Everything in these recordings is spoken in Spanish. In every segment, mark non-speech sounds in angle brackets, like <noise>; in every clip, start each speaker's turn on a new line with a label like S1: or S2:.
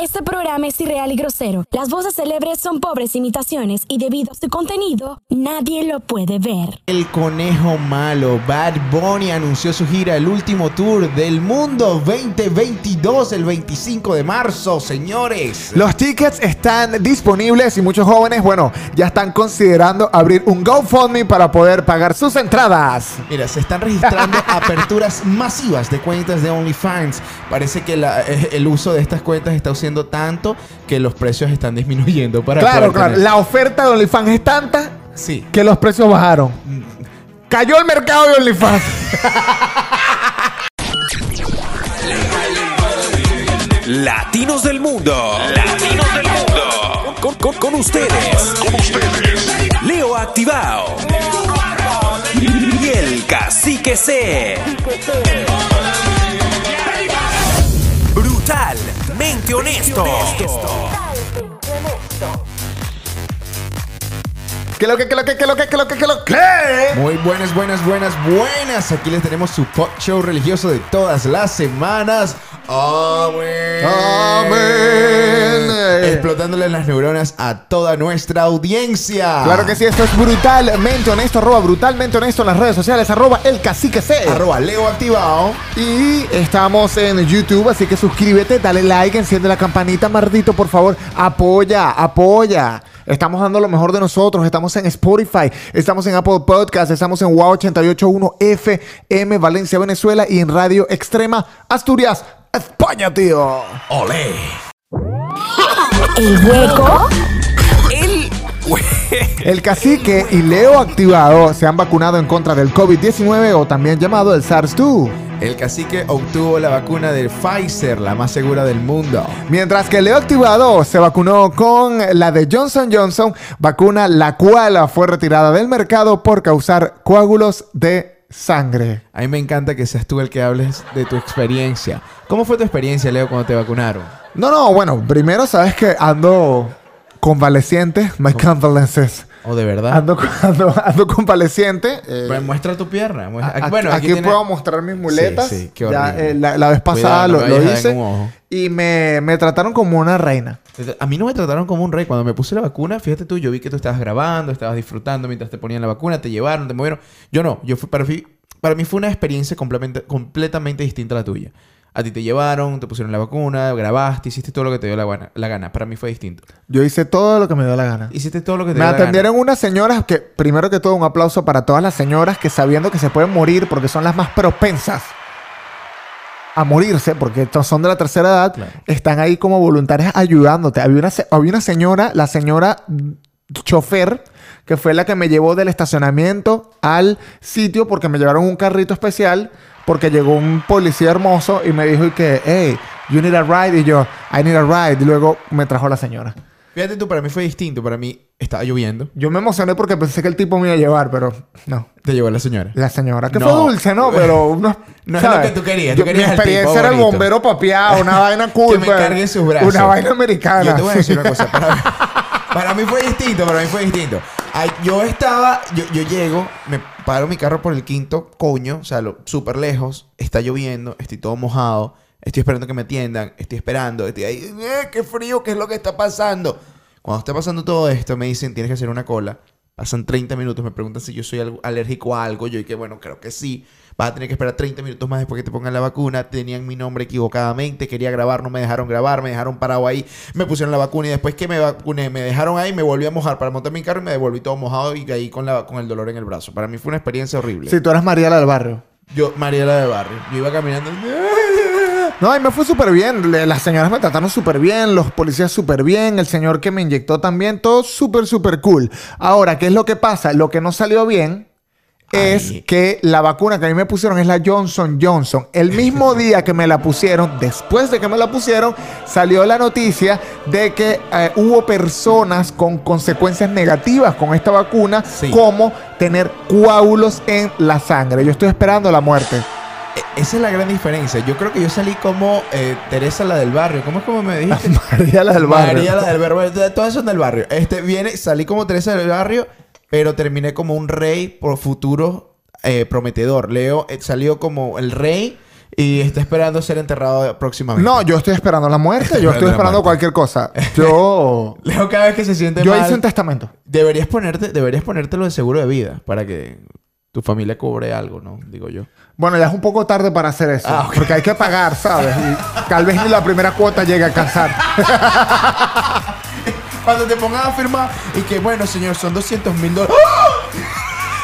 S1: Este programa es irreal y grosero. Las voces célebres son pobres imitaciones y debido a su contenido, nadie lo puede ver.
S2: El conejo malo, Bad Bunny, anunció su gira, el último tour del mundo 2022, el 25 de marzo, señores.
S3: Los tickets están disponibles y muchos jóvenes, bueno, ya están considerando abrir un GoFundMe para poder pagar sus entradas.
S2: Mira, se están
S3: <laughs>
S2: registrando aperturas masivas de cuentas de OnlyFans. Parece que la- eh, el uso de estas cuentas está siendo tanto que los precios están disminuyendo. Para
S3: Claro,
S2: poder
S3: claro.
S2: tener-
S3: La oferta de OnlyFans es tanta
S2: Sí.
S3: que los precios bajaron. Cayó el mercado de OnlyFans. <laughs>
S4: Latinos del Mundo. Latinos del Mundo. Con, con- con ustedes. Con ustedes. Leo Activado. Y el Cacique C. Brutalmente honesto.
S3: ¿Qué lo que, qué lo que, qué lo que, qué lo que, qué lo que?
S2: Muy buenas, buenas, buenas, buenas. Aquí les tenemos su pop show religioso de todas las semanas. Amén.
S3: Amén.
S2: Explotándole las neuronas a toda nuestra audiencia.
S3: Claro que sí, esto es brutalmente honesto, arroba brutalmente honesto en las redes sociales, arroba el cacique C.
S2: Arroba Leo activado.
S3: Y estamos en YouTube, así que suscríbete, dale like, enciende la campanita, Mardito, por favor. Apoya, apoya. Estamos dando lo mejor de nosotros. Estamos en Spotify, estamos en Apple Podcast, estamos en Wow 881 FM Valencia, Venezuela y en Radio Extrema Asturias, España, tío.
S4: Olé.
S1: El hueco
S4: El hue-
S3: El cacique y Leo Activado se han vacunado en contra del COVID-19 o también llamado el SARS-2.
S2: El cacique obtuvo la vacuna de Pfizer, la más segura del mundo.
S3: Mientras que Leo Activado se vacunó con la de Johnson Johnson, vacuna la cual fue retirada del mercado por causar coágulos de sangre.
S2: A mí me encanta que seas tú el que hables de tu experiencia. ¿Cómo fue tu experiencia, Leo, cuando te vacunaron?
S3: No, no, bueno, primero sabes que ando convaleciente,
S2: Oh.
S3: my condolences.
S2: ¿O de verdad?
S3: Ando, ando, ando convaleciente. eh,
S2: Pues muestra tu pierna. muestra-
S3: Aquí-
S2: bueno,
S3: aquí,
S2: tiene-
S3: puedo mostrar mis muletas.
S2: Sí, sí, qué
S3: Ya,
S2: horrible.
S3: eh, la, la vez pasada
S2: Cuidado, no
S3: lo,
S2: me
S3: lo
S2: vayas a dar en un
S3: hice
S2: ojo.
S3: y me, me trataron como una reina.
S2: A mí no me trataron como un rey. Cuando me puse la vacuna, fíjate tú, yo vi que tú estabas grabando, estabas disfrutando mientras te ponían la vacuna, te llevaron, te movieron. Yo no, yo fui, para, fi- para mí fue una experiencia completamente, completamente distinta a la tuya. A ti te llevaron, te pusieron la vacuna, grabaste, hiciste todo lo que te dio la, guana- la gana. Para mí fue distinto.
S3: Yo hice todo lo que me dio la gana.
S2: Hiciste todo lo que te
S3: Me
S2: dio la gana.
S3: atendieron unas señoras que, primero que todo, un aplauso para todas las señoras que sabiendo que se pueden morir porque son las más propensas a morirse, porque to- son de la tercera edad,
S2: Claro.
S3: están ahí como voluntarias ayudándote. Había una, se- había una señora, la señora chofer, que fue la que me llevó del estacionamiento al sitio porque me llevaron un carrito especial, porque llegó un policía hermoso y me dijo y que, hey, you need a ride, y yo, I need a ride, y luego me trajo la señora.
S2: Fíjate tú, para mí fue distinto. Para mí estaba lloviendo.
S3: Yo me emocioné porque pensé que el tipo me iba a llevar, pero no.
S2: Te llevó la señora.
S3: La señora, que
S2: No.
S3: fue dulce, ¿no? Pero no,
S2: No es lo
S3: ¿sabes?
S2: que tú querías, tú querías al
S3: mi
S2: tipo
S3: experiencia era el
S2: bonito.
S3: bombero papiado, una
S2: <laughs>
S3: vaina
S2: Que
S3: cool.
S2: me
S3: pues.
S2: cargue en sus brazos.
S3: Una vaina americana.
S2: Yo te voy a
S3: <laughs>
S2: decir una cosa. Para mí, para mí fue distinto, para mí fue distinto. Ay, yo estaba, yo, yo llego, me paro mi carro por el quinto coño, o sea, lo- súper lejos, está lloviendo, estoy todo mojado, estoy esperando que me atiendan, estoy esperando, estoy ahí, "Eh, qué frío, qué es lo que está pasando. Cuando está pasando todo esto, me dicen, tienes que hacer una cola. Pasan 30 minutos, me preguntan si yo soy algo- alérgico a algo. Yo dije, bueno, creo que sí. Vas a tener que esperar 30 minutos más después que te pongan la vacuna. Tenían mi nombre equivocadamente. Quería grabar, no me dejaron grabar. Me dejaron parado ahí. Me pusieron la vacuna y después que me vacuné, me dejaron ahí. Me volví a mojar para montar mi carro y me devolví todo mojado y caí con, la, con el dolor en el brazo. Para mí fue una experiencia horrible.
S3: Si tú eras Mariela del barrio.
S2: Yo, Mariela de Barrio, yo iba caminando. E,
S3: No, y me fue súper bien. Le- Las señoras me trataron súper bien, los policías súper bien, el señor que me inyectó también, todo súper, súper cool. Ahora, ¿qué es lo que pasa? Lo que no salió bien es
S2: Ay.
S3: que la vacuna que a mí me pusieron es la Johnson Johnson.
S2: <laughs>
S3: El mismo día que me la pusieron, después de que me la pusieron, salió la noticia de que eh, hubo personas con consecuencias negativas con esta vacuna,
S2: Sí.
S3: como tener coágulos en la sangre. Yo estoy esperando la muerte. <laughs>
S2: E- Esa es la gran diferencia. Yo creo que yo salí como eh, Teresa la del Barrio. ¿Cómo es como me dijiste?
S3: María la del barrio.
S2: María, la del barrio. de- Todas son del barrio. Este viene, salí como Teresa del barrio, pero terminé como un rey por futuro eh, prometedor. Leo eh, salió como el rey y está esperando ser enterrado próximamente.
S3: No, yo estoy esperando la muerte, yo estoy
S2: esperando la
S3: esperando
S2: muerte. <laughs>
S3: cualquier cosa. Yo.
S2: Leo cada vez que se siente
S3: Yo
S2: mal,
S3: hice un testamento.
S2: deberías ponerte, deberías ponértelo de seguro de vida para que tu familia cobre algo, ¿no? Digo yo.
S3: Bueno, ya es un poco tarde para hacer eso.
S2: Ah, ok.
S3: Porque hay que pagar, ¿sabes? Y tal vez ni la primera cuota llegue a alcanzar.
S2: Cuando te pongan a firmar y que, bueno, señor, son 200 mil dólares.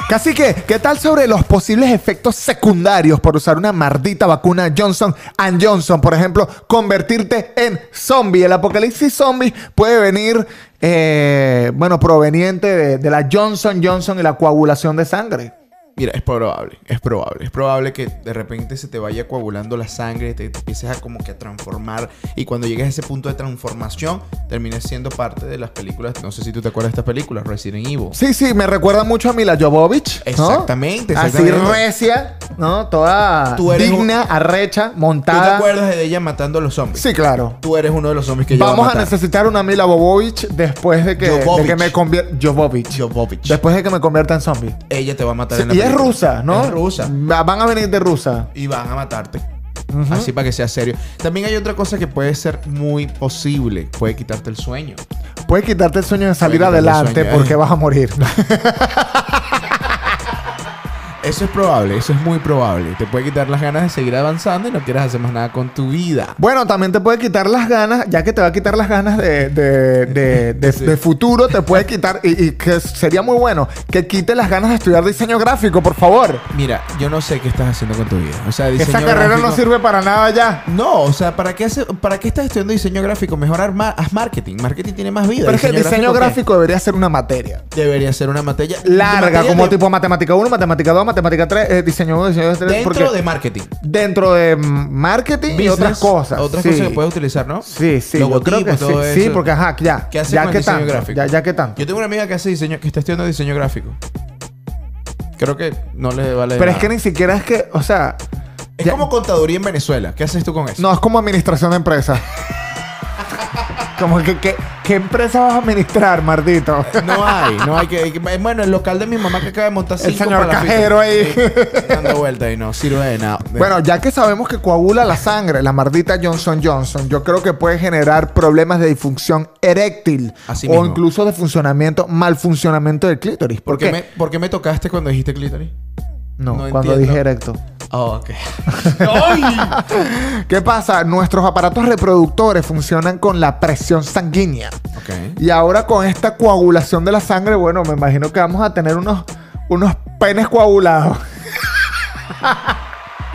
S3: Casi que, ¿qué tal sobre los posibles efectos secundarios por usar una maldita vacuna Johnson and Johnson? Por ejemplo, convertirte en zombie. El apocalipsis zombie puede venir, eh, bueno, proveniente de, de la Johnson Johnson y la coagulación de sangre.
S2: Mira, es probable, es probable. Es probable que de repente se te vaya coagulando la sangre, te, te empieces a como que a transformar. Y cuando llegues a ese punto de transformación, termines siendo parte de las películas. No sé si tú te acuerdas de estas películas, Resident Evil.
S3: Sí, sí, me recuerda mucho a Mila Jovovich. ¿no?
S2: Exactamente,
S3: Así
S2: exactamente.
S3: recia, ¿no? Toda
S2: Tú eres
S3: digna, arrecha,
S2: ¿Tú te
S3: montada.
S2: acuerdas de ella matando a los zombies?
S3: Sí, claro.
S2: Tú eres uno de los zombies que yo
S3: Vamos
S2: va
S3: a,
S2: a matar.
S3: necesitar una Mila Bobovich después de que, de
S2: Jovovich.
S3: que me convierta. Jovovich.
S2: Jovovich.
S3: Después de que me convierta en zombie.
S2: Ella te va a matar
S3: Sí,
S2: en la
S3: y es
S2: película.
S3: rusa, ¿no?
S2: Es rusa.
S3: Va- Van a venir de rusa.
S2: y van a matarte. Así para que sea serio. También hay otra cosa que puede ser muy posible. Puede quitarte el sueño.
S3: Puedes quitarte el sueño de salir
S2: quitarme el
S3: adelante
S2: sueño, eh.
S3: porque vas a morir.
S2: <laughs> Eso es probable, eso es muy probable. Te puede quitar las ganas de seguir avanzando y no quieras hacer más nada con tu vida.
S3: Bueno, también te puede quitar las ganas, ya que te va a quitar las ganas de, de- de- de- de futuro, te puede quitar, y, y que sería muy bueno, que quite las ganas de estudiar diseño gráfico, por favor.
S2: Mira, yo no sé qué estás haciendo con tu vida. O sea,
S3: Esa
S2: diseño
S3: carrera no
S2: gráfico-
S3: sirve para nada ya.
S2: No, o sea, ¿para qué, hace- ¿para qué estás estudiando diseño gráfico? Mejor arma- haz marketing. Marketing tiene más vida.
S3: Pero es que el diseño
S2: ¿qué?
S3: gráfico debería ser una materia.
S2: debería ser una materia
S3: Larga,
S2: materia
S3: como
S2: de-
S3: tipo matemática 1, matemática 2, matemática 3, eh, diseño 1, diseño 3.
S2: dentro
S3: porque
S2: de marketing.
S3: dentro de mm, marketing y otras
S2: Business,
S3: cosas.
S2: Otras
S3: sí.
S2: cosas que puedes utilizar, ¿no?
S3: Sí, sí, yo creo
S2: Logotipos,
S3: que
S2: todo
S3: sí. Sí,
S2: eso.
S3: porque ajá, ya.
S2: ¿Qué hace
S3: ya
S2: con
S3: que
S2: el diseño
S3: tanto,
S2: gráfico?
S3: Ya, ya que tanto.
S2: Yo tengo una amiga que hace diseño, que está estudiando diseño gráfico. Creo que no le vale.
S3: Pero es
S2: nada.
S3: que ni siquiera es que, o sea,
S2: Es
S3: ya-
S2: como contaduría en Venezuela. ¿Qué haces tú con eso?
S3: no es como administración de
S2: <laughs>
S3: empresas. como que, que- ¿qué empresa vas a
S2: <laughs>
S3: administrar, mardito?
S2: No hay, no hay que, hay que- Bueno, el local de mi mamá que acaba de montar cinco
S3: señor
S2: palafitas.
S3: cajero ahí.
S2: Sí, dando vueltas y no sirve de nada.
S3: <laughs> Bueno, ya que sabemos que coagula la sangre, la mardita Johnson Johnson, yo creo que puede generar problemas de disfunción eréctil
S2: Así
S3: o
S2: mismo.
S3: incluso de funcionamiento, mal funcionamiento del clítoris.
S2: ¿por qué,
S3: Porque
S2: me, por qué me tocaste cuando dijiste clítoris?
S3: no,
S2: no
S3: cuando
S2: entiendo.
S3: dije erecto.
S2: Oh,
S3: <laughs>
S2: ok. ¡Ay!
S3: ¿Qué pasa? Nuestros aparatos reproductores funcionan con la presión sanguínea.
S2: Ok.
S3: Y ahora con esta coagulación de la sangre, bueno, me imagino que vamos a tener unos, unos penes coagulados.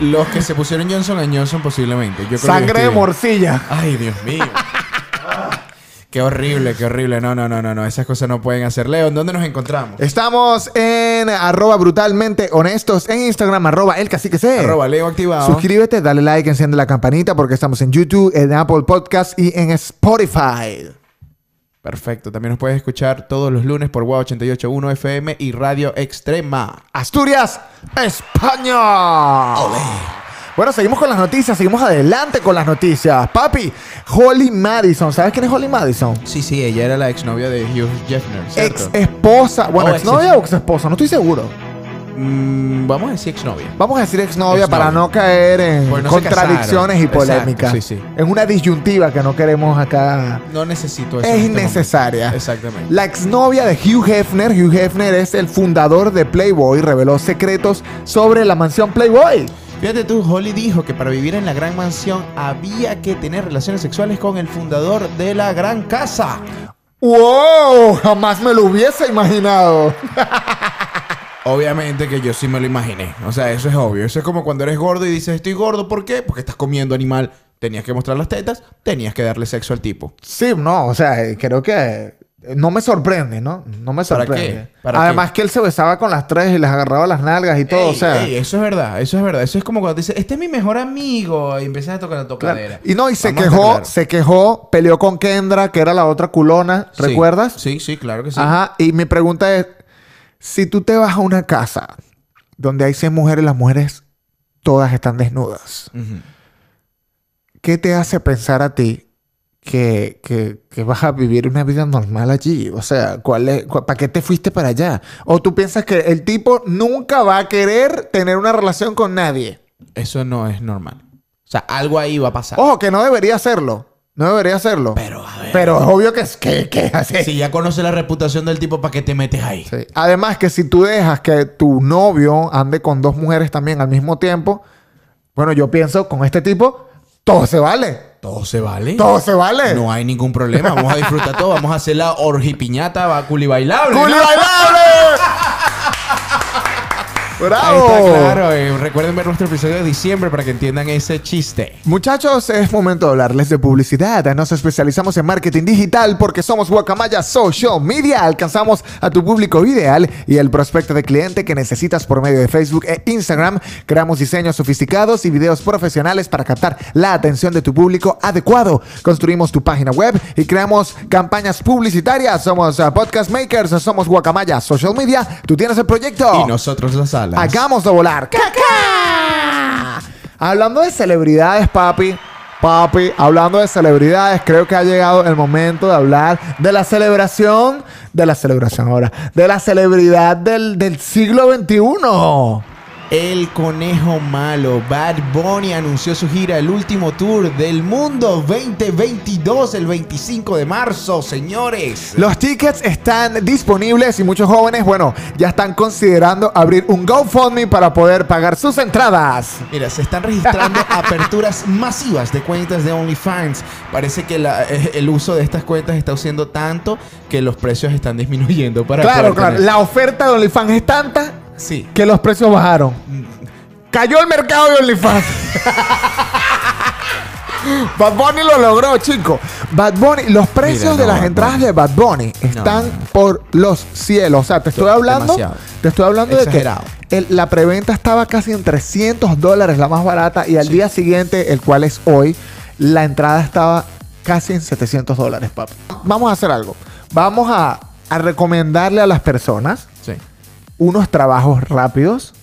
S2: Los que se pusieron Johnson Johnson posiblemente. Yo creo que
S3: sangre de
S2: estoy bien.
S3: morcilla.
S2: Ay, Dios mío. Ah, qué horrible, qué horrible. No, no, no, no, no. Esas cosas no pueden hacer. Leo, ¿en dónde nos encontramos?
S3: Eh. Estamos en arroba brutalmente honestos en Instagram, arroba el cacique C.
S2: Arroba Leo activado.
S3: Suscríbete, dale like, enciende la campanita porque estamos en YouTube, en Apple Podcast y en Spotify.
S2: Perfecto. También nos puedes escuchar todos los lunes por WA 881 FM y Radio Extrema.
S3: Asturias, España. Bueno, seguimos con las noticias, seguimos adelante con las noticias. Papi, Holly Madison, ¿sabes quién es Holly Madison?
S2: Sí, sí, ella era la exnovia de Hugh Jeffner,
S3: Ex eh,
S2: ¿cierto?
S3: esposa, bueno,
S2: Oh,
S3: ex novia o ex esposa, no estoy seguro.
S2: Mm, vamos a decir exnovia.
S3: Vamos a decir ex novia
S2: Exnovia.
S3: para no caer en
S2: Porque no se
S3: contradicciones y
S2: casaron.
S3: polémicas.
S2: Exacto, sí, sí.
S3: Es una disyuntiva que no queremos acá.
S2: No necesito eso. en
S3: Es
S2: este
S3: innecesaria.
S2: momento. Exactamente.
S3: La exnovia de Hugh Hefner, Hugh Hefner es el fundador de Playboy, reveló secretos sobre la mansión Playboy.
S2: Fíjate tú, Holly dijo que para vivir en la gran mansión había que tener relaciones sexuales con el fundador de la gran casa.
S3: ¡Wow! Jamás me lo hubiese imaginado.
S2: Obviamente que yo sí me lo imaginé. O sea, eso es obvio. Eso es como cuando eres gordo y dices, estoy gordo, ¿por qué? Porque estás comiendo animal. Tenías que mostrar las tetas, tenías que darle sexo al tipo.
S3: Sí, no, o sea, eh, creo que eh, no me sorprende, ¿no? No me
S2: ¿Para qué?
S3: sorprende.
S2: ¿Para
S3: Además que él se besaba con las tres y les agarraba las nalgas y todo,
S2: Ey,
S3: o sea.
S2: ey, eso es verdad, eso es verdad. Eso es como cuando dices, este es mi mejor amigo y empiezas a tocar la
S3: claro.
S2: tocadera.
S3: Y no, y se
S2: Vamos a
S3: quejó,
S2: aclarar.
S3: se quejó, peleó con Kendra, que era la otra culona,
S2: Sí,
S3: ¿recuerdas?
S2: Sí, sí, claro que sí.
S3: Ajá, y mi pregunta es, si tú te vas a una casa donde hay 100 mujeres, las mujeres todas están desnudas,
S2: Ujú.
S3: ¿qué te hace pensar a ti que, que- que vas a vivir una vida normal allí? O sea, ¿cuál es, cua- ¿para qué te fuiste para allá? ¿O tú piensas que el tipo nunca va a querer tener una relación con nadie?
S2: Eso no es normal. O sea, algo ahí va a pasar.
S3: Ojo, que no debería hacerlo. No debería hacerlo.
S2: Pero, a ver.
S3: Pero es obvio que es que, que es así.
S2: Si ya conoces la reputación del tipo, ¿para qué te metes ahí?
S3: Sí. Además que si tú dejas que tu novio ande con dos mujeres también al mismo tiempo, bueno, yo pienso con este tipo, todo se vale.
S2: Todo se vale.
S3: Todo se vale.
S2: No hay ningún problema. Vamos a disfrutar todo. Vamos a hacer la orgipiñata, va culibailable.
S3: ¡Culi
S2: ¿no?
S3: bailable!
S2: Ahí
S3: <laughs> ¡Bravo!
S2: está claro. Eh, recuerden ver nuestro episodio de diciembre para que entiendan ese chiste.
S3: Muchachos, es momento de hablarles de publicidad. Nos especializamos en marketing digital porque somos Guacamaya Social Media. Alcanzamos a tu público ideal y el prospecto de cliente que necesitas por medio de Facebook e Instagram. Creamos diseños sofisticados y videos profesionales para captar la atención de tu público adecuado. Construimos tu página web y creamos campañas publicitarias. Somos eh, podcast makers, somos Guacamaya Social Media. Tú tienes el proyecto.
S2: Y nosotros las alas.
S3: Hagamos de volar. ¡Cacá! Hablando de celebridades, papi. Papi, hablando de celebridades, creo que ha llegado el momento de hablar de la celebración, de la celebración ahora, de la celebridad del, del siglo XXI.
S2: El conejo malo Bad Bunny anunció su gira El último tour del mundo 2022 el 25 de marzo, señores.
S3: Los tickets están disponibles y muchos jóvenes, bueno, ya están considerando abrir un GoFundMe para poder pagar sus entradas.
S2: Mira, se están
S3: <laughs>
S2: registrando aperturas masivas de cuentas de OnlyFans. Parece que la- eh, el uso de estas cuentas está siendo tanto que los precios están disminuyendo para
S3: Claro,
S2: poder
S3: claro.
S2: tener-
S3: La oferta de OnlyFans es tanta
S2: Sí.
S3: que los precios bajaron. Cayó el mercado de
S2: <laughs>
S3: OnlyFans. Bad Bunny lo logró, chico. Bad Bunny, los precios
S2: no,
S3: de las
S2: Bad
S3: entradas
S2: Bunny.
S3: de Bad Bunny están
S2: no, no.
S3: por los cielos. O sea, te estoy
S2: Esto es
S3: hablando,
S2: demasiado.
S3: te estoy hablando
S2: Exagerado.
S3: de que el- la preventa estaba casi en 300 dólares, la más barata, y al día siguiente, el cual es hoy, la entrada estaba casi en 700 dólares, papi. Vamos a hacer algo. Vamos a- a recomendarle a las personas
S2: Sí.
S3: unos trabajos rápidos,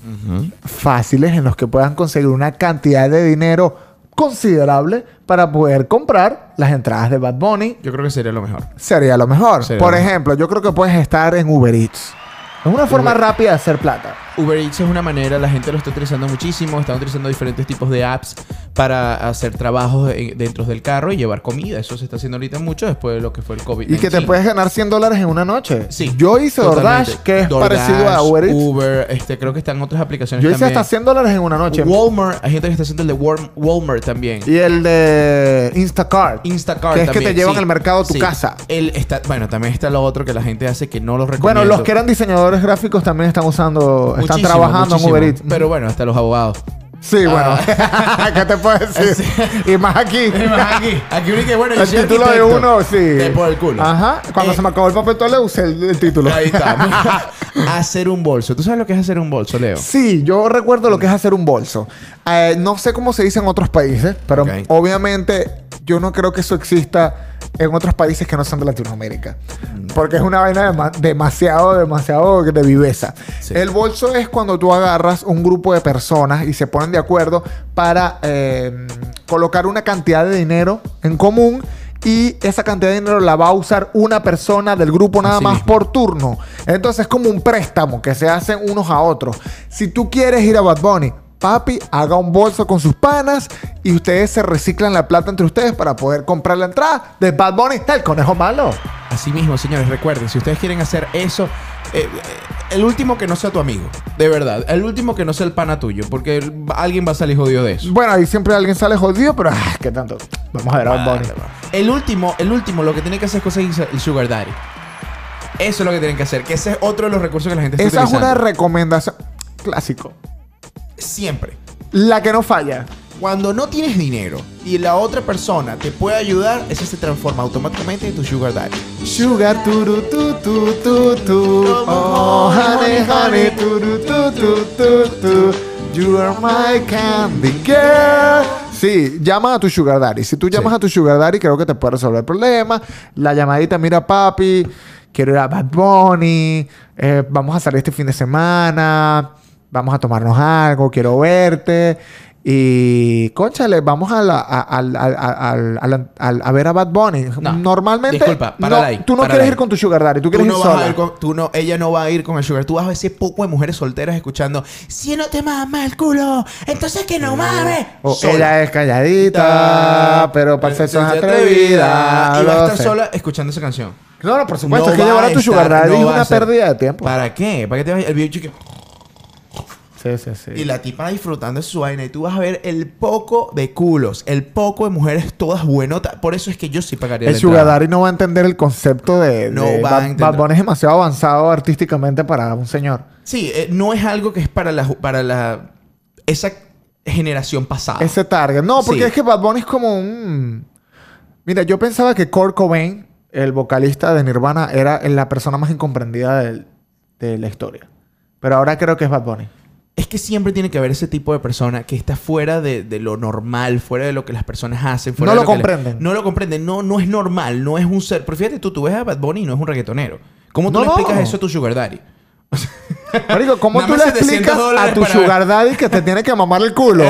S3: fáciles, en los que puedan conseguir una cantidad de dinero considerable para poder comprar las entradas de Bad Bunny.
S2: Yo creo que sería lo mejor.
S3: Sería lo mejor.
S2: Sería
S3: Por
S2: lo mejor.
S3: ejemplo, yo creo que puedes estar en Uber Eats. Es una forma rápida de hacer plata.
S2: Uber Eats es una manera, la gente lo está utilizando muchísimo, están utilizando diferentes tipos de apps para hacer trabajos en- dentro del carro y llevar comida. Eso se está haciendo ahorita mucho después de lo que fue el COVID.
S3: Y que te puedes ganar 100 dólares en una noche.
S2: Sí.
S3: Yo hice
S2: totalmente.
S3: DoorDash, que es
S2: DoorDash,
S3: parecido a Uber Eats.
S2: Uber, este, creo que están otras aplicaciones
S3: yo hice
S2: también.
S3: hasta 100 dólares en una noche.
S2: Walmart, hay gente que está haciendo el de Walmart, Walmart también.
S3: Y el de Instacart.
S2: Instacart
S3: Que es que
S2: también,
S3: te llevan
S2: sí.
S3: al mercado a tu
S2: Sí.
S3: casa.
S2: El está, bueno, también está lo otro que la gente hace que no lo recomiendo.
S3: Bueno, los que eran diseñadores gráficos también están usando, están
S2: Muchísimo,
S3: trabajando
S2: muchísimo.
S3: en Uber Eats.
S2: Pero Ah. bueno, hasta los abogados.
S3: sí, bueno, <laughs> ¿qué te puedo decir? y más aquí.
S2: aquí. Aquí uno que bueno, yo
S3: El
S2: soy
S3: título de
S2: arquitecto.
S3: uno, sí.
S2: Te por el culo.
S3: Ajá. Cuando
S2: Eh,
S3: se me acabó el papel toalé, usé el, el título.
S2: Ahí
S3: <laughs>
S2: está. hacer un bolso. ¿Tú sabes lo que es hacer un bolso, Leo?
S3: Sí, yo recuerdo lo que es hacer un bolso. Eh, no sé cómo se dice en otros países, pero
S2: Ok.
S3: obviamente yo no creo que eso exista en otros países que no sean de Latinoamérica.
S2: Mm.
S3: Porque es una vaina dema- demasiado, demasiado de viveza.
S2: Sí.
S3: El bolso es cuando tú agarras un grupo de personas y se ponen de acuerdo para eh, colocar una cantidad de dinero en común. Y esa cantidad de dinero la va a usar una persona del grupo nada
S2: Así
S3: más
S2: mismo.
S3: por turno. Entonces es como un préstamo que se hacen unos a otros. Si tú quieres ir a Bad Bunny, papi, haga un bolso con sus panas y ustedes se reciclan la plata entre ustedes para poder comprar la entrada de Bad Bunny, el conejo malo.
S2: Así mismo, señores, recuerden, si ustedes quieren hacer eso, eh, eh, el último que no sea tu amigo, de verdad, el último que no sea el pana tuyo, porque el- alguien va a salir jodido de eso.
S3: Bueno, ahí siempre alguien sale jodido, pero ah, qué tanto. Vamos a ver a Bad Bunny.
S2: El último, el último, lo que tiene que hacer es conseguir el sugar daddy. Eso es lo que tienen que hacer, que ese es otro de los recursos que la gente está
S3: Esa es una
S2: utilizando.
S3: recomendación clásico.
S2: Siempre.
S3: La que no falla.
S2: Cuando no tienes dinero y la otra persona te puede ayudar, ese se transforma automáticamente en tu sugar daddy.
S3: Sugar turu tu tu tu tu Oh honey honey turu tu tu tu tu You are my candy girl Sí, llama a tu sugar daddy. Si tú llamas
S2: Sí.
S3: a tu sugar daddy, creo que te puede resolver el problema. La llamadita, mira papi, quiero ir a Bad Bunny, eh, vamos a salir este fin de semana, vamos a tomarnos algo, quiero verte. Y, conchale, vamos a, la- a- al- al- al- al- al- a ver a Bad Bunny.
S2: No.
S3: Normalmente.
S2: Disculpa, para
S3: no,
S2: ahí,
S3: Tú no
S2: para
S3: quieres
S2: ahí.
S3: ir con tu Sugar Daddy, tú
S2: Tú
S3: quieres
S2: no
S3: ir
S2: vas
S3: sola.
S2: a ir con- tú no- ella no va a ir con el sugar. Tú vas a ver ese poco de mujeres solteras escuchando, si no te mama el culo, entonces que no mames.
S3: Eh, O
S2: Sola.
S3: Oh, ella es calladita, pero para el sexo es atrevida.
S2: Y va
S3: lo
S2: a estar
S3: sé.
S2: sola escuchando esa canción.
S3: No, no, por supuesto, es que
S2: va
S3: llevar a tu sugar
S2: estar- no
S3: daddy es
S2: va a
S3: una
S2: ser-
S3: pérdida de tiempo.
S2: ¿Para qué? ¿Para qué te vas el bicho que-
S3: Sí, sí, sí.
S2: Y la tipa disfrutando de su vaina. Y tú vas a ver el poco de culos, el poco de mujeres todas buenotas. Por eso es que yo sí pagaría
S3: el
S2: la
S3: sugar
S2: entrada.
S3: daddy no va a entender el concepto de...
S2: No
S3: de
S2: va a
S3: Bad-
S2: entender.
S3: Bad Bunny es demasiado avanzado artísticamente para un señor.
S2: Sí, eh, no es algo que es para la, ju- para la esa generación pasada.
S3: Ese target. No, porque
S2: Ah. Sí.
S3: es que Bad Bunny es como un... Mira, yo pensaba que Kurt Cobain, el vocalista de Nirvana, era la persona más incomprendida del- de la historia. Pero ahora creo que es Bad Bunny.
S2: Es que siempre tiene que haber ese tipo de persona que está fuera de, de lo normal, fuera de lo que las personas hacen. fuera
S3: No
S2: de
S3: lo
S2: que le-
S3: comprenden.
S2: no lo comprenden. No, no es normal, no es un ser. Pero fíjate tú, tú ves a Bad Bunny y no es un reggaetonero. ¿Cómo tú
S3: No,
S2: le
S3: no.
S2: explicas eso a tu sugar daddy?
S3: Marico,
S2: <laughs>
S3: ¿cómo
S2: Dame
S3: tú le
S2: 700
S3: explicas a
S2: dólares
S3: tu
S2: para-
S3: sugar daddy que te tiene que mamar el culo?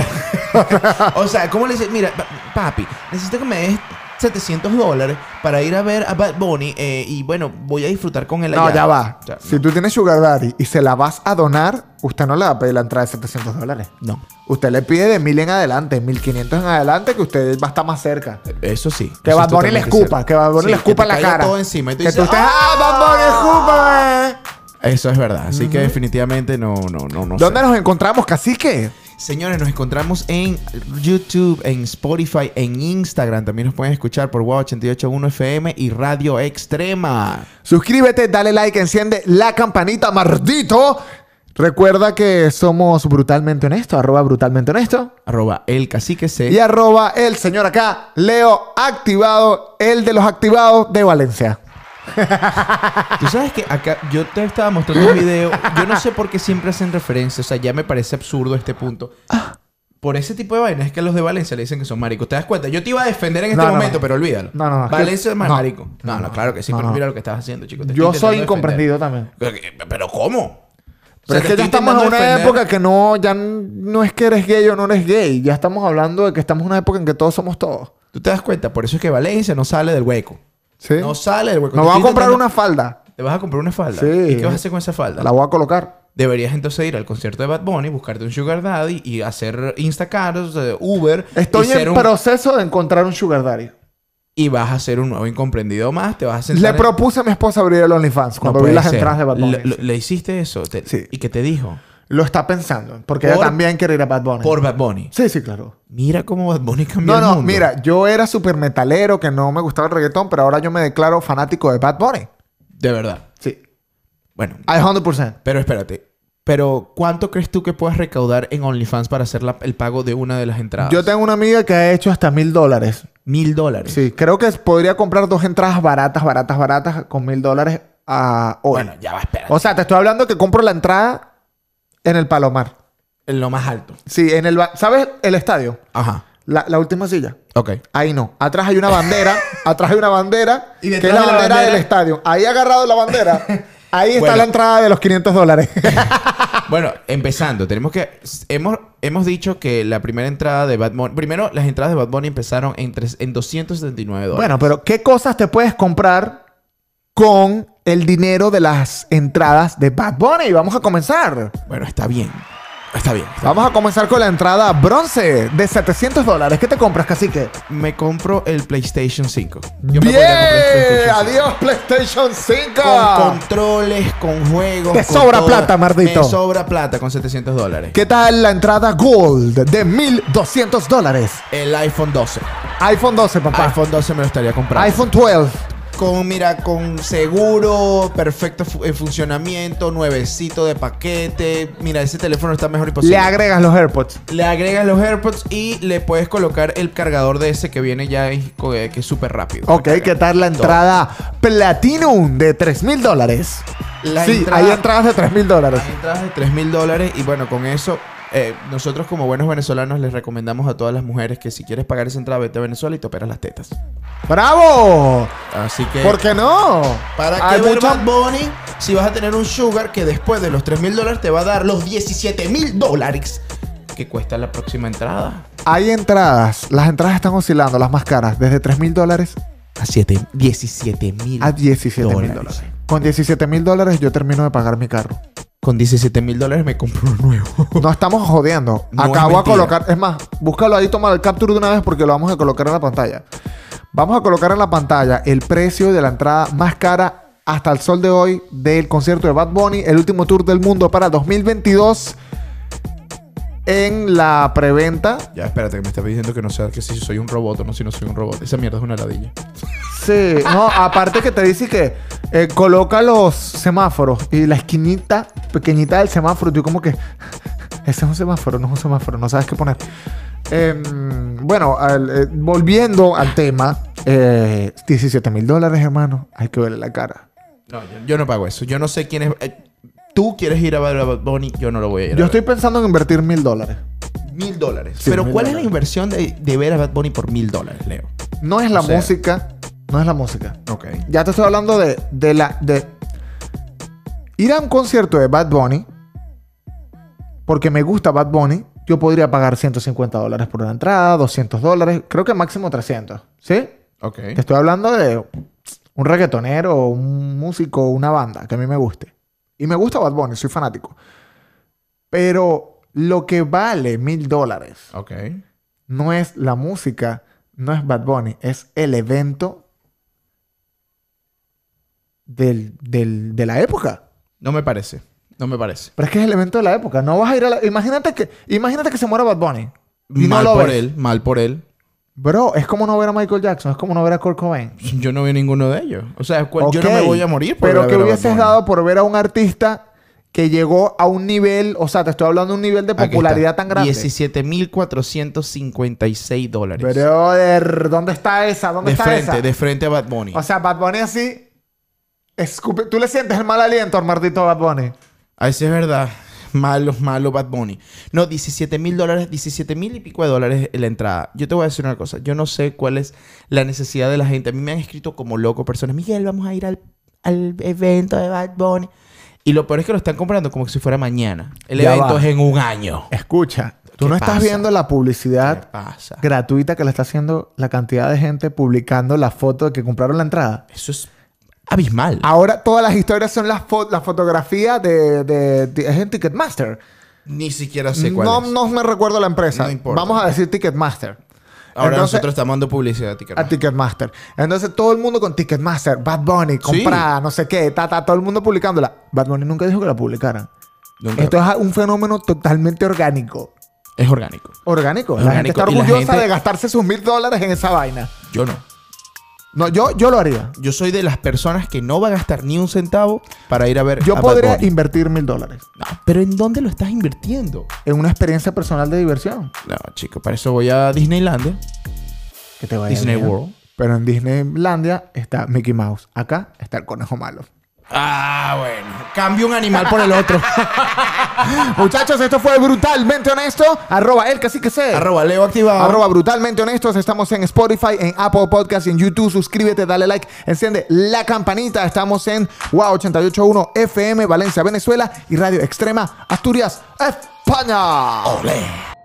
S2: o sea, ¿cómo le dices? Mira, pa- papi, necesito que me des 700 dólares para ir a ver a Bad Bunny eh, y bueno, voy a disfrutar con <laughs> él
S3: No,
S2: allá.
S3: ya va.
S2: O sea,
S3: Si tú tienes Sugar Daddy y se la vas a donar, usted no le va a pedir la entrada de 700 dólares.
S2: no.
S3: Usted le pide de 1000 en adelante, 1500 en adelante, que usted va a estar más cerca.
S2: Eso sí.
S3: Que
S2: Eso
S3: Bad
S2: es
S3: Bunny
S2: totalmente
S3: le escupa,
S2: cierto.
S3: que Bad Bunny
S2: Sí,
S3: le escupa
S2: que te
S3: en la
S2: caiga
S3: cara.
S2: todo encima y tú
S3: que tú
S2: dices,
S3: estés,
S2: "Ah".
S3: ¡ah, Bad Bunny, escúpame!
S2: Eso es verdad. Así que definitivamente no, no, no, no.
S3: ¿Dónde
S2: sé.
S3: nos encontramos, cacique?
S2: Señores, nos encontramos en YouTube, en Spotify, en Instagram. También nos pueden escuchar por Wow 881 FM y Radio Extrema.
S3: Suscríbete, dale like, enciende la campanita, mardito. Recuerda que somos brutalmente honestos, arroba brutalmente honesto.
S2: Arroba el cacique C.
S3: Y arroba el señor acá, Leo Activado, el de los activados de Valencia.
S2: Tú sabes que acá yo te estaba mostrando un video. Yo no sé por qué siempre hacen referencia. O sea, ya me parece absurdo este punto. Por ese tipo de vainas es que los de Valencia le dicen que son maricos. ¿Te das cuenta? Yo te iba a defender en este
S3: No, no,
S2: momento,
S3: no.
S2: pero olvídalo.
S3: No, no, no.
S2: Valencia es más
S3: No.
S2: marico. No, no, claro que sí,
S3: No,
S2: pero
S3: no.
S2: mira lo que estás haciendo, chicos. Te
S3: Yo
S2: estoy
S3: soy
S2: intentando defender.
S3: incomprendido también.
S2: Pero- ¿Pero cómo?
S3: Pero es que ya estamos en una época que no, ya n- no es que eres gay o no eres gay. Ya estamos hablando de que estamos en una época en que todos somos todos.
S2: Tú te das cuenta, por eso es que Valencia no sale del hueco.
S3: ¿Sí?
S2: No sale del hueco.
S3: Nos
S2: Te
S3: vamos a
S2: estoy
S3: comprar
S2: intentando-
S3: una falda.
S2: Te vas a comprar una falda.
S3: Sí.
S2: ¿Y qué vas a hacer con esa falda?
S3: La voy a colocar.
S2: Deberías entonces ir al concierto de Bad Bunny, buscarte un Sugar Daddy y hacer Instacars, eh, Uber. y,
S3: Estoy
S2: ser
S3: en
S2: un-
S3: proceso de encontrar un sugar daddy.
S2: y vas a ser un nuevo incomprendido más. Te vas a sentar.
S3: Le
S2: en-
S3: propuse a mi esposa abrir el OnlyFans
S2: No
S3: cuando vi
S2: puede
S3: las
S2: ser.
S3: entradas de Bad Bunny.
S2: Le, le- le hiciste eso. Te-
S3: Sí.
S2: ¿Y qué te dijo?
S3: Lo está pensando. Porque
S2: Por-
S3: ella también quiere ir a Bad Bunny.
S2: Por Bad Bunny.
S3: Sí, sí, claro.
S2: Mira cómo Bad Bunny cambió
S3: No,
S2: el
S3: no,
S2: mundo.
S3: mira, yo era súper metalero, que no me gustaba el reggaetón, pero ahora yo me declaro fanático de Bad Bunny.
S2: De verdad.
S3: Sí.
S2: Bueno,
S3: Al 100%.
S2: pero espérate. Pero, ¿cuánto crees tú que puedas recaudar en OnlyFans para hacer la- el pago de una de las entradas?
S3: Yo tengo una amiga que ha hecho hasta mil dólares.
S2: Mil dólares.
S3: Sí, creo que podría comprar dos entradas baratas, baratas, baratas con mil dólares a hoy.
S2: Bueno, ya va, espera.
S3: o sea, te estoy hablando que compro la entrada en el Palomar.
S2: En lo más alto.
S3: Sí, en el... ba- ¿Sabes? El estadio.
S2: Ajá.
S3: La, la última silla.
S2: Ok.
S3: Ahí no. Atrás hay una <laughs> bandera. atrás hay una bandera.
S2: Y
S3: que es
S2: detrás
S3: la
S2: de la
S3: bandera,
S2: bandera-
S3: del estadio. Ahí agarrado la bandera. Ahí está
S2: Bueno.
S3: la entrada de los 500 dólares.
S2: Bueno, empezando, tenemos que. Hemos, hemos dicho que la primera entrada de Bad Bunny. Primero, las entradas de Bad Bunny empezaron en, tres- en 279 dólares.
S3: <laughs> bueno, pero ¿qué cosas te puedes comprar con el dinero de las entradas de Bad Bunny? Vamos a comenzar.
S2: Bueno, está bien. Está bien. está
S3: Vamos a comenzar con la entrada bronce de 700 dólares. ¿Qué te compras, cacique?
S2: bien. Me compro el PlayStation 5. me
S3: ¡Bien!
S2: podría comprar el PlayStation 5.
S3: ¡Adiós, PlayStation 5!
S2: Con controles, con juegos.
S3: Te
S2: con
S3: sobra plata, mardito.
S2: Me sobra plata con 700 dólares.
S3: ¿Qué tal la entrada Gold de 1200 dólares?
S2: El iPhone 12.
S3: iPhone 12, papá.
S2: iPhone 12 me lo estaría comprando.
S3: iPhone 12.
S2: Con, mira, con seguro, perfecto fu- eh, funcionamiento, nuevecito de paquete. Mira, ese teléfono está mejor
S3: Le
S2: imposible.
S3: agregas los AirPods.
S2: Le agregas los AirPods y le puedes colocar el cargador de ese que viene ya ahí, co- eh, que es súper rápido.
S3: Ok,
S2: Para
S3: ¿qué
S2: cargar
S3: tal la
S2: todo.
S3: entrada Platinum de 3000 dólares?
S2: La
S3: sí,
S2: entrada-
S3: hay entradas de 3000 dólares.
S2: Las entradas de 3 mil dólares y bueno, con eso... eh, nosotros como buenos venezolanos les recomendamos a todas las mujeres que si quieres pagar esa entrada vete a Venezuela y te operas las tetas.
S3: ¡Bravo!
S2: Así que...
S3: ¿Por qué no?
S2: ¿Para qué
S3: Hay
S2: ver
S3: muchas-
S2: Bad Bunny si vas a tener un sugar que después de los 3 mil dólares te va a dar los 17 mil dólares? que cuesta la próxima entrada.
S3: Hay entradas, las entradas están oscilando, las más caras, desde 3 mil dólares
S2: A 7, 17 mil.
S3: a 17 mil dólares. Con 17 mil dólares yo termino de pagar mi carro.
S2: Con 17 mil dólares me compro uno nuevo.
S3: <laughs> No estamos jodiendo.
S2: No es
S3: Acabo a
S2: mentira.
S3: colocar. Es más, búscalo ahí, toma el capture de una vez porque lo vamos a colocar en la pantalla. Vamos a colocar en la pantalla el precio de la entrada más cara hasta el sol de hoy del concierto de Bad Bunny, el último tour del mundo para 2022 en la preventa.
S2: Ya, espérate, que me estás diciendo que no sea que si soy un robot o no, si no soy un robot. Esa mierda es una ladilla.
S3: Sí, no, aparte que te dice que eh, coloca los semáforos y la esquinita pequeñita del semáforo, tú como que ese es un semáforo, no es un semáforo, no sabes qué poner. Eh, bueno, al- eh, volviendo al tema, eh, 17 mil dólares, hermano, hay que verle la cara.
S2: No, yo, yo no pago eso. Yo no sé quién es. eh, tú quieres ir a ver a Bad Bunny, yo no lo voy a ir.
S3: Yo
S2: a ver.
S3: estoy pensando en invertir mil dólares.
S2: Mil dólares.
S3: Sí,
S2: Pero
S3: mil
S2: ¿cuál es
S3: dólares.
S2: la inversión de, de ver a Bad Bunny por mil dólares, Leo?
S3: No es la
S2: O sea-
S3: música, no es la música.
S2: Ok.
S3: Ya te estoy hablando de, de la. de ir a un concierto de Bad Bunny. Porque me gusta Bad Bunny. Yo podría pagar 150 dólares por una entrada, 200 dólares, creo que máximo 300. ¿Sí?
S2: Ok.
S3: Te estoy hablando de un reggaetonero, un músico, una banda que a mí me guste. Y me gusta Bad Bunny, soy fanático. Pero lo que vale mil dólares
S2: Ok.
S3: no es la música, no es Bad Bunny, es el evento del, del- de la época.
S2: No me parece. No me parece.
S3: Pero es que es el evento de la época. No vas a ir a la... Imagínate que, imagínate que se muera Bad Bunny. Y
S2: mal
S3: no lo
S2: por
S3: ves.
S2: él, mal por él.
S3: Bro, es como no ver a Michael Jackson, es como no ver a Kurt Cobain.
S2: Yo no vi ninguno de ellos. O sea, cual- Pues yo no
S3: Ok,
S2: me voy a morir por
S3: Pero
S2: ver
S3: que
S2: a Bad
S3: hubieses
S2: Bunny.
S3: dado por ver a un artista que llegó a un nivel, o sea, te estoy hablando de un nivel de
S2: Aquí está.
S3: popularidad tan grande.
S2: 17.456 dólares.
S3: Brother, ¿dónde está esa? ¿Dónde
S2: de
S3: está
S2: frente,
S3: esa?
S2: de frente a Bad Bunny.
S3: O sea, Bad Bunny así. escupe- Tú le sientes el mal aliento al maldito Bad Bunny.
S2: Ahí sí es verdad. Malo, malo Bad Bunny. No, 17 mil dólares, 17 mil y pico de dólares en la entrada. Yo te voy a decir una cosa. Yo no sé cuál es la necesidad de la gente. A mí me han escrito como loco personas. Miguel, vamos a ir al, al evento de Bad Bunny. Y lo peor es que lo están comprando como si fuera mañana. El
S3: Ya
S2: evento
S3: va.
S2: es en un año.
S3: Escucha, tú
S2: ¿Qué
S3: no estás
S2: pasa?
S3: viendo la
S2: ¿Qué
S3: publicidad
S2: pasa?
S3: gratuita que le está haciendo la cantidad de gente publicando la foto de que compraron la entrada.
S2: Eso es abismal.
S3: Ahora todas las historias son las fo- la fotografía de, de, de- es en Ticketmaster.
S2: Ni siquiera sé cuál
S3: No,
S2: es.
S3: no me recuerdo la empresa.
S2: No importa.
S3: Vamos a decir Ticketmaster.
S2: Ahora
S3: Entonces-
S2: nosotros estamos dando publicidad a
S3: A
S2: Ticketmaster.
S3: Ticketmaster. Entonces todo el mundo con Ticketmaster, Bad Bunny, comprada, no sé qué, ta, ta, todo el mundo publicándola. Bad Bunny nunca dijo que la publicaran.
S2: Nunca-
S3: Esto es un fenómeno totalmente orgánico.
S2: es orgánico.
S3: Orgánico. La
S2: Orgánico,
S3: gente está
S2: y la
S3: orgullosa
S2: gente-
S3: de gastarse sus mil dólares en esa vaina.
S2: Yo no.
S3: No, yo, yo lo haría.
S2: Yo soy de las personas que no va a gastar ni un centavo para ir a ver
S3: Yo
S2: a Bad
S3: podría
S2: Bunny.
S3: invertir mil dólares
S2: No, pero ¿en dónde lo estás invirtiendo?
S3: en una experiencia personal de diversión.
S2: No, chico, para eso voy a ¿eh? Disneylandia.
S3: Que te vaya
S2: Disney
S3: bien.
S2: World.
S3: Pero en Disneylandia está Mickey Mouse. Acá está el conejo malo.
S2: Ah, bueno. Cambio un animal por el otro.
S3: Muchachos, esto fue brutalmente honesto. Arroba el cacique
S2: <laughs>
S3: C.
S2: Arroba Leo activado.
S3: Arroba brutalmente honestos. Estamos en Spotify, en Apple Podcast, en YouTube. Suscríbete, dale like, enciende la campanita. Estamos en Wow 881 FM, Valencia, Venezuela y Radio Extrema, Asturias, España.
S2: Ole.